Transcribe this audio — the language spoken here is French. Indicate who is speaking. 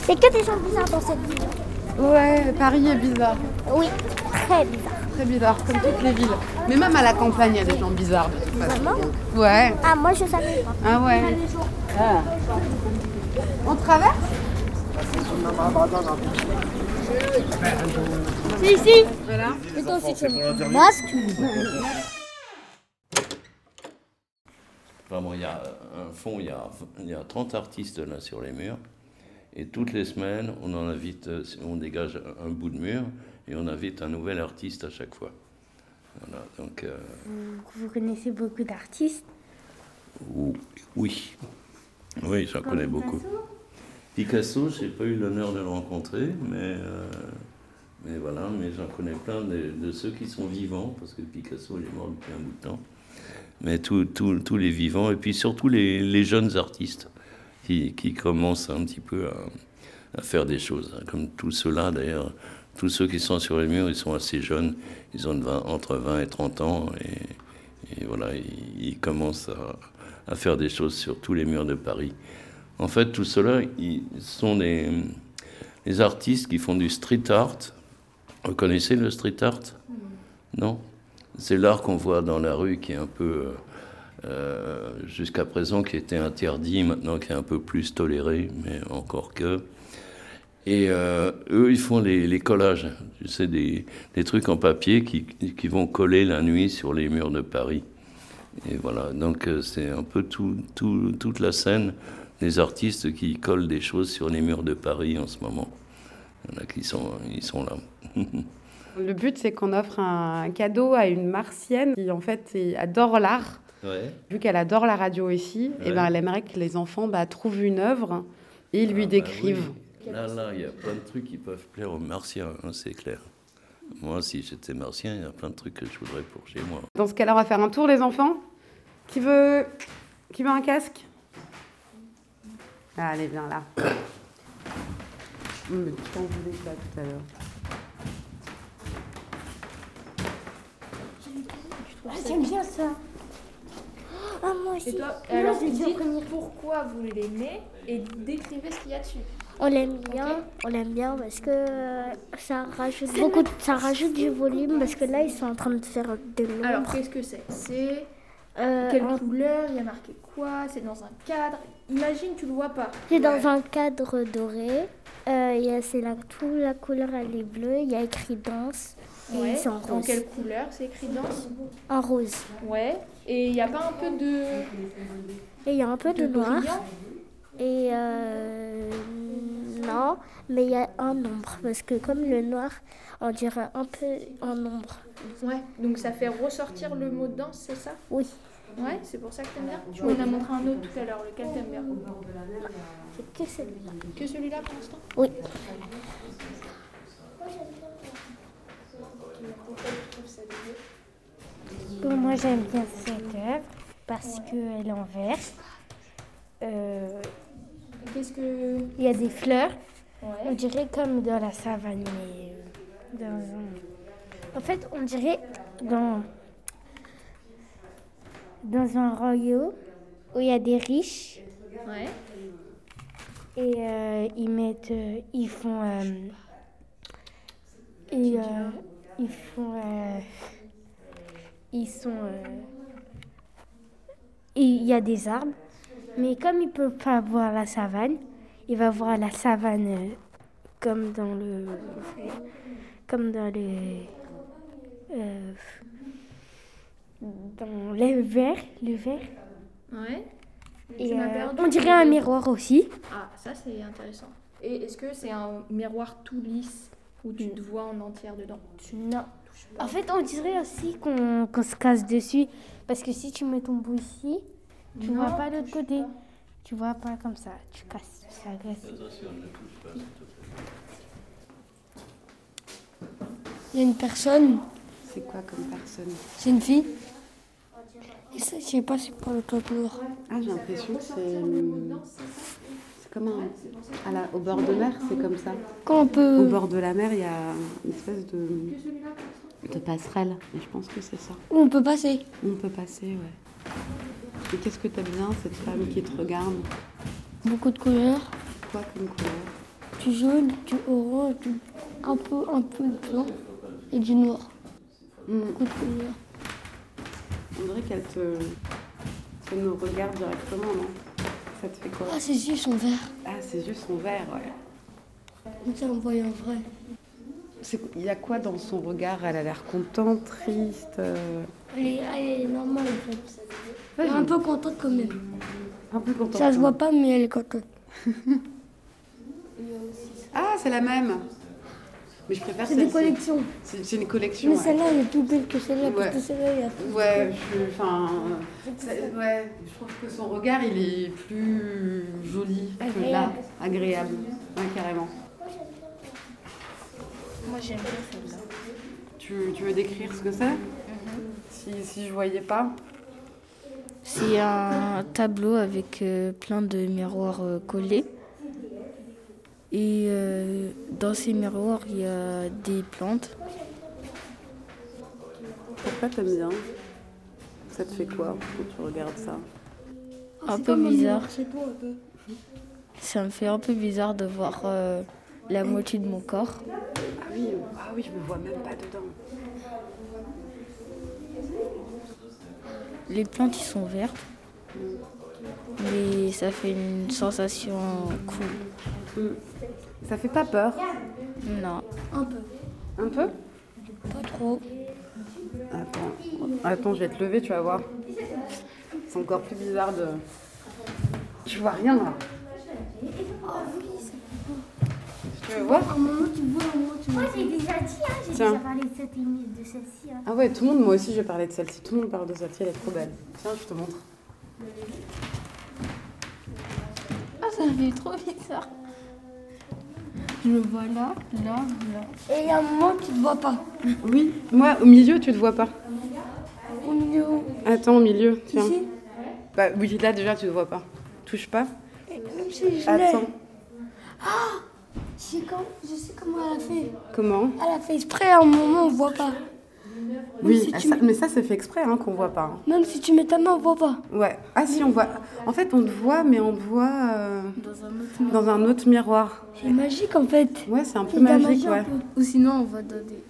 Speaker 1: C'est que des gens bizarres dans cette ville.
Speaker 2: Ouais, Paris est bizarre.
Speaker 1: Oui, très bizarre.
Speaker 2: Très bizarre, comme toutes les villes. Mais même à la campagne, il y a des gens bizarres de toute façon.
Speaker 1: Vraiment
Speaker 2: Ouais.
Speaker 1: Ah, moi je savais pas.
Speaker 2: Ah ouais. Ah. On traverse
Speaker 1: C'est ici
Speaker 2: Voilà.
Speaker 1: Attends, si tu me masques, tu
Speaker 3: Enfin bon, il y a un fond, il y a, il y a 30 artistes là sur les murs. Et toutes les semaines, on en invite, euh, on dégage un bout de mur et on invite un nouvel artiste à chaque fois. Voilà, donc, euh,
Speaker 4: Vous connaissez beaucoup d'artistes.
Speaker 3: ou- oui. Oui, j'en connais beaucoup. Picasso, j'ai pas eu l'honneur de le rencontrer, mais, euh, mais voilà, mais j'en connais plein de, de ceux qui sont vivants, parce que Picasso, il est mort depuis un bout de temps. Mais tous tous- tous les vivants, et puis surtout les, les jeunes artistes qui, qui commencent un petit peu à, à faire des choses, hein, comme tous ceux-là d'ailleurs. Tous ceux qui sont sur les murs, ils sont assez jeunes, ils ont de 20 entre 20 et 30 ans, et, et voilà, ils, ils commencent à, à faire des choses sur tous les murs de Paris. En fait, tout cela, ils sont des, des artistes qui font du street art. Vous connaissez le street art Non C'est l'art qu'on voit dans la rue qui est un peu, euh, euh, jusqu'à présent, qui était interdit, maintenant qui est un peu plus toléré, mais encore que. Et euh, eux, ils font les, les collages, tu sais, des, des trucs en papier qui, qui vont coller la nuit sur les murs de Paris. Et voilà, donc euh, c'est un peu tout- tout- toute la scène des artistes qui collent des choses sur les murs de Paris en ce moment. Il y en a qui sont, ils sont là.
Speaker 2: Le but, c'est qu'on offre un cadeau à une martienne qui, en fait, est- adore l'art. Vu qu'elle adore la radio ici, eh
Speaker 3: Ouais.
Speaker 2: ben, elle aimerait que les enfants bah, trouvent une œuvre et lui
Speaker 3: Ah, bah
Speaker 2: décrivent.
Speaker 3: oui. Là, là, il y a plein de trucs qui peuvent plaire aux martiens, hein, c'est clair. Moi, si j'étais martien, il y a plein de trucs que je voudrais pour chez moi.
Speaker 2: Dans ce cas-là, on va faire un tour, les enfants. Qui veut, qui veut un casque ah, Allez, viens là. Hum, mais tu t'en voulais pas tout à l'heure.
Speaker 1: J'aime bien ça. Ah, moi
Speaker 5: Et
Speaker 1: aussi.
Speaker 5: toi,
Speaker 1: Moi,
Speaker 5: alors
Speaker 1: j'ai dit au
Speaker 5: dites
Speaker 1: premier.
Speaker 5: pourquoi vous l'aimez et décrivez ce qu'il y a dessus.
Speaker 1: On l'aime bien, on l'aime bien parce que euh, ça rajoute beaucoup, de- ça rajoute du volume parce que là ils sont en train de faire de
Speaker 5: Alors
Speaker 1: l'ombre.
Speaker 5: qu'est-ce que c'est C'est
Speaker 1: Euh,
Speaker 5: quelle
Speaker 1: en-
Speaker 5: couleur Il y a marqué quoi C'est dans un cadre Imagine, tu le vois pas.
Speaker 1: C'est dans un cadre doré. Euh, il y a- c'est la, tout la couleur elle est bleue. Il y a écrit danse et
Speaker 5: Ouais.
Speaker 1: c'est en
Speaker 5: Dans
Speaker 1: rose.
Speaker 5: quelle couleur C'est écrit danse
Speaker 1: En rose.
Speaker 5: Ouais. Et il n'y a pas un peu de,
Speaker 1: Et il y a un peu de,
Speaker 5: de
Speaker 1: noir.
Speaker 5: brillant
Speaker 1: Et euh, non, mais il y a un ombre parce que comme le noir, on dirait un peu en ombre.
Speaker 5: Ouais. Donc ça fait ressortir le mot danse, c'est ça
Speaker 1: Oui.
Speaker 5: Ouais, c'est pour ça que t'aimes bien. Tu m'en as montré un autre tout à l'heure, lequel t'aimes bien
Speaker 1: C'est que celui-là.
Speaker 5: Que celui-là pour l'instant
Speaker 1: Oui.
Speaker 4: Bon, moi j'aime bien cette œuvre parce qu'elle est en vert. Euh,
Speaker 5: Qu'est-ce que.
Speaker 4: Il y a des fleurs, on
Speaker 5: Ouais.
Speaker 4: dirait comme dans la savane, mais euh, dans un- En fait, on dirait dans, dans un royaume où il y a des riches
Speaker 5: Ouais.
Speaker 4: et euh, ils mettent, euh, ils font, euh, et, euh, ils font, euh, ils sont, euh, et il y a des arbres, mais comme il peut pas voir la savane, il va voir la savane euh, comme dans le, comme dans le, euh, dans le verre, le verre.
Speaker 5: Ouais.
Speaker 4: Et,
Speaker 5: Tu m'as
Speaker 4: euh,
Speaker 5: perdu.
Speaker 4: on dirait un miroir aussi.
Speaker 5: Ah, ça c'est intéressant. Et est-ce que c'est un miroir tout lisse où tu
Speaker 6: Mm.
Speaker 5: te vois en entière dedans
Speaker 4: Non. En fait, on dirait aussi qu'on qu'on se casse dessus. Parce que si tu mets ton bout ici, tu
Speaker 5: Non,
Speaker 4: vois pas l'autre
Speaker 5: touche
Speaker 4: côté.
Speaker 5: pas.
Speaker 4: Tu vois pas comme ça. Tu casses. Ça casse.
Speaker 6: Il y a une personne,
Speaker 2: C'est quoi comme personne
Speaker 6: c'est une fille. Et ça, je sais pas, c'est pour le concours.
Speaker 2: Ah, j'ai l'impression que c'est. hum, C'est comme un. à la- au bord de mer, c'est comme ça. Hum.
Speaker 6: Quand on
Speaker 2: Au
Speaker 6: peut,
Speaker 2: bord de la mer, il y a une espèce de. de passerelle. Et je pense que c'est ça.
Speaker 6: où on peut passer.
Speaker 2: On peut passer, ouais. Et qu'est-ce que t'aimes bien, cette femme qui te regarde
Speaker 4: beaucoup de couleurs.
Speaker 2: Quoi comme couleur
Speaker 4: Du jaune, du orange, du- un peu, un peu blanc et du noir.
Speaker 2: Hmm.
Speaker 4: Beaucoup de couleurs.
Speaker 2: On dirait qu'elle te... te nous regarde directement, non Ça te fait quoi
Speaker 4: Ah, ses yeux sont verts.
Speaker 2: Ah, ses yeux sont verts, ouais.
Speaker 4: On dirait un voyant vrai.
Speaker 2: C'est- Il y a quoi dans son regard Elle a l'air contente, triste. euh,
Speaker 4: Elle est, elle est normale, en fait.
Speaker 2: Ouais,
Speaker 4: Elle est un peu contente quand même.
Speaker 2: un peu contente.
Speaker 4: Ça se voit pas, mais elle est contente.
Speaker 2: Ah, c'est la même Mais je préfère
Speaker 4: C'est des
Speaker 2: celle-ci.
Speaker 4: collections.
Speaker 2: C'est c'est une collection.
Speaker 4: Mais
Speaker 2: ouais.
Speaker 4: celle-là, elle est plus belle que celle-là,
Speaker 2: Ouais.
Speaker 4: parce que celle-là, il y a
Speaker 2: Ouais, je, enfin, c'est- ouais, je trouve que son regard il est plus joli que là, agréable, ouais, carrément.
Speaker 6: Moi, j'aime bien celle-là.
Speaker 2: Tu, tu veux décrire ce que c'est
Speaker 4: Mhm.
Speaker 2: si, si je voyais pas,
Speaker 6: C'est un tableau avec euh, plein de miroirs euh, collés. Et euh, dans ces miroirs, il y a des plantes.
Speaker 2: pourquoi t'aimes bien Ça te fait quoi quand tu regardes ça
Speaker 6: Oh, Un peu bizarre. Ça me fait un peu bizarre de voir euh, la moitié de mon corps.
Speaker 2: Ah oui, ah oui, je me vois même pas dedans.
Speaker 6: Les plantes, ils sont vertes. Mais ça fait une sensation cool.
Speaker 2: Ça fait pas peur
Speaker 6: Non.
Speaker 2: Un peu
Speaker 4: pas trop.
Speaker 2: Attends, attends, je vais te lever, tu vas voir. C'est encore plus bizarre de. Tu vois rien là. Tu veux voir
Speaker 4: Un moment, tu vois, un moment, tu vois.
Speaker 7: Moi, j'ai déjà dit, hein, j'ai
Speaker 2: Tiens.
Speaker 7: déjà parlé de cette émi- de celle-ci. hein.
Speaker 2: Ah ouais, tout le monde, moi aussi j'ai parlé de celle-ci, tout le monde parle de celle-ci, elle est trop belle. Tiens, je te montre.
Speaker 6: Ah, ça fait trop bizarre. Je me vois là, là, là.
Speaker 4: Et il y a un moment, tu te vois pas.
Speaker 2: Oui, moi au milieu tu te vois pas.
Speaker 4: Au milieu,
Speaker 2: Attends, au milieu, tiens.
Speaker 4: ici.
Speaker 2: Bah oui, là déjà tu te vois pas. Touche pas.
Speaker 4: Et Même si je l'ai.
Speaker 2: Attends.
Speaker 4: Je sais, com- je sais comment elle a fait.
Speaker 2: Comment
Speaker 4: Elle a fait exprès, à un moment, on voit pas.
Speaker 2: Oui,
Speaker 4: si
Speaker 2: ah,
Speaker 4: tu
Speaker 2: ça- mais ça c'est fait exprès hein, qu'on voit pas. hein.
Speaker 4: Même si tu mets ta main, on voit pas.
Speaker 2: Ouais. Ah si, on voit. En fait, on te voit, mais on te voit euh,
Speaker 6: Dans un autre
Speaker 2: dans un autre miroir.
Speaker 4: C'est magique, en fait.
Speaker 2: Ouais, c'est un peu
Speaker 4: C'est de la
Speaker 2: magique,
Speaker 4: magie, un
Speaker 2: ouais.
Speaker 4: peu.
Speaker 6: Ou sinon, on va dans des,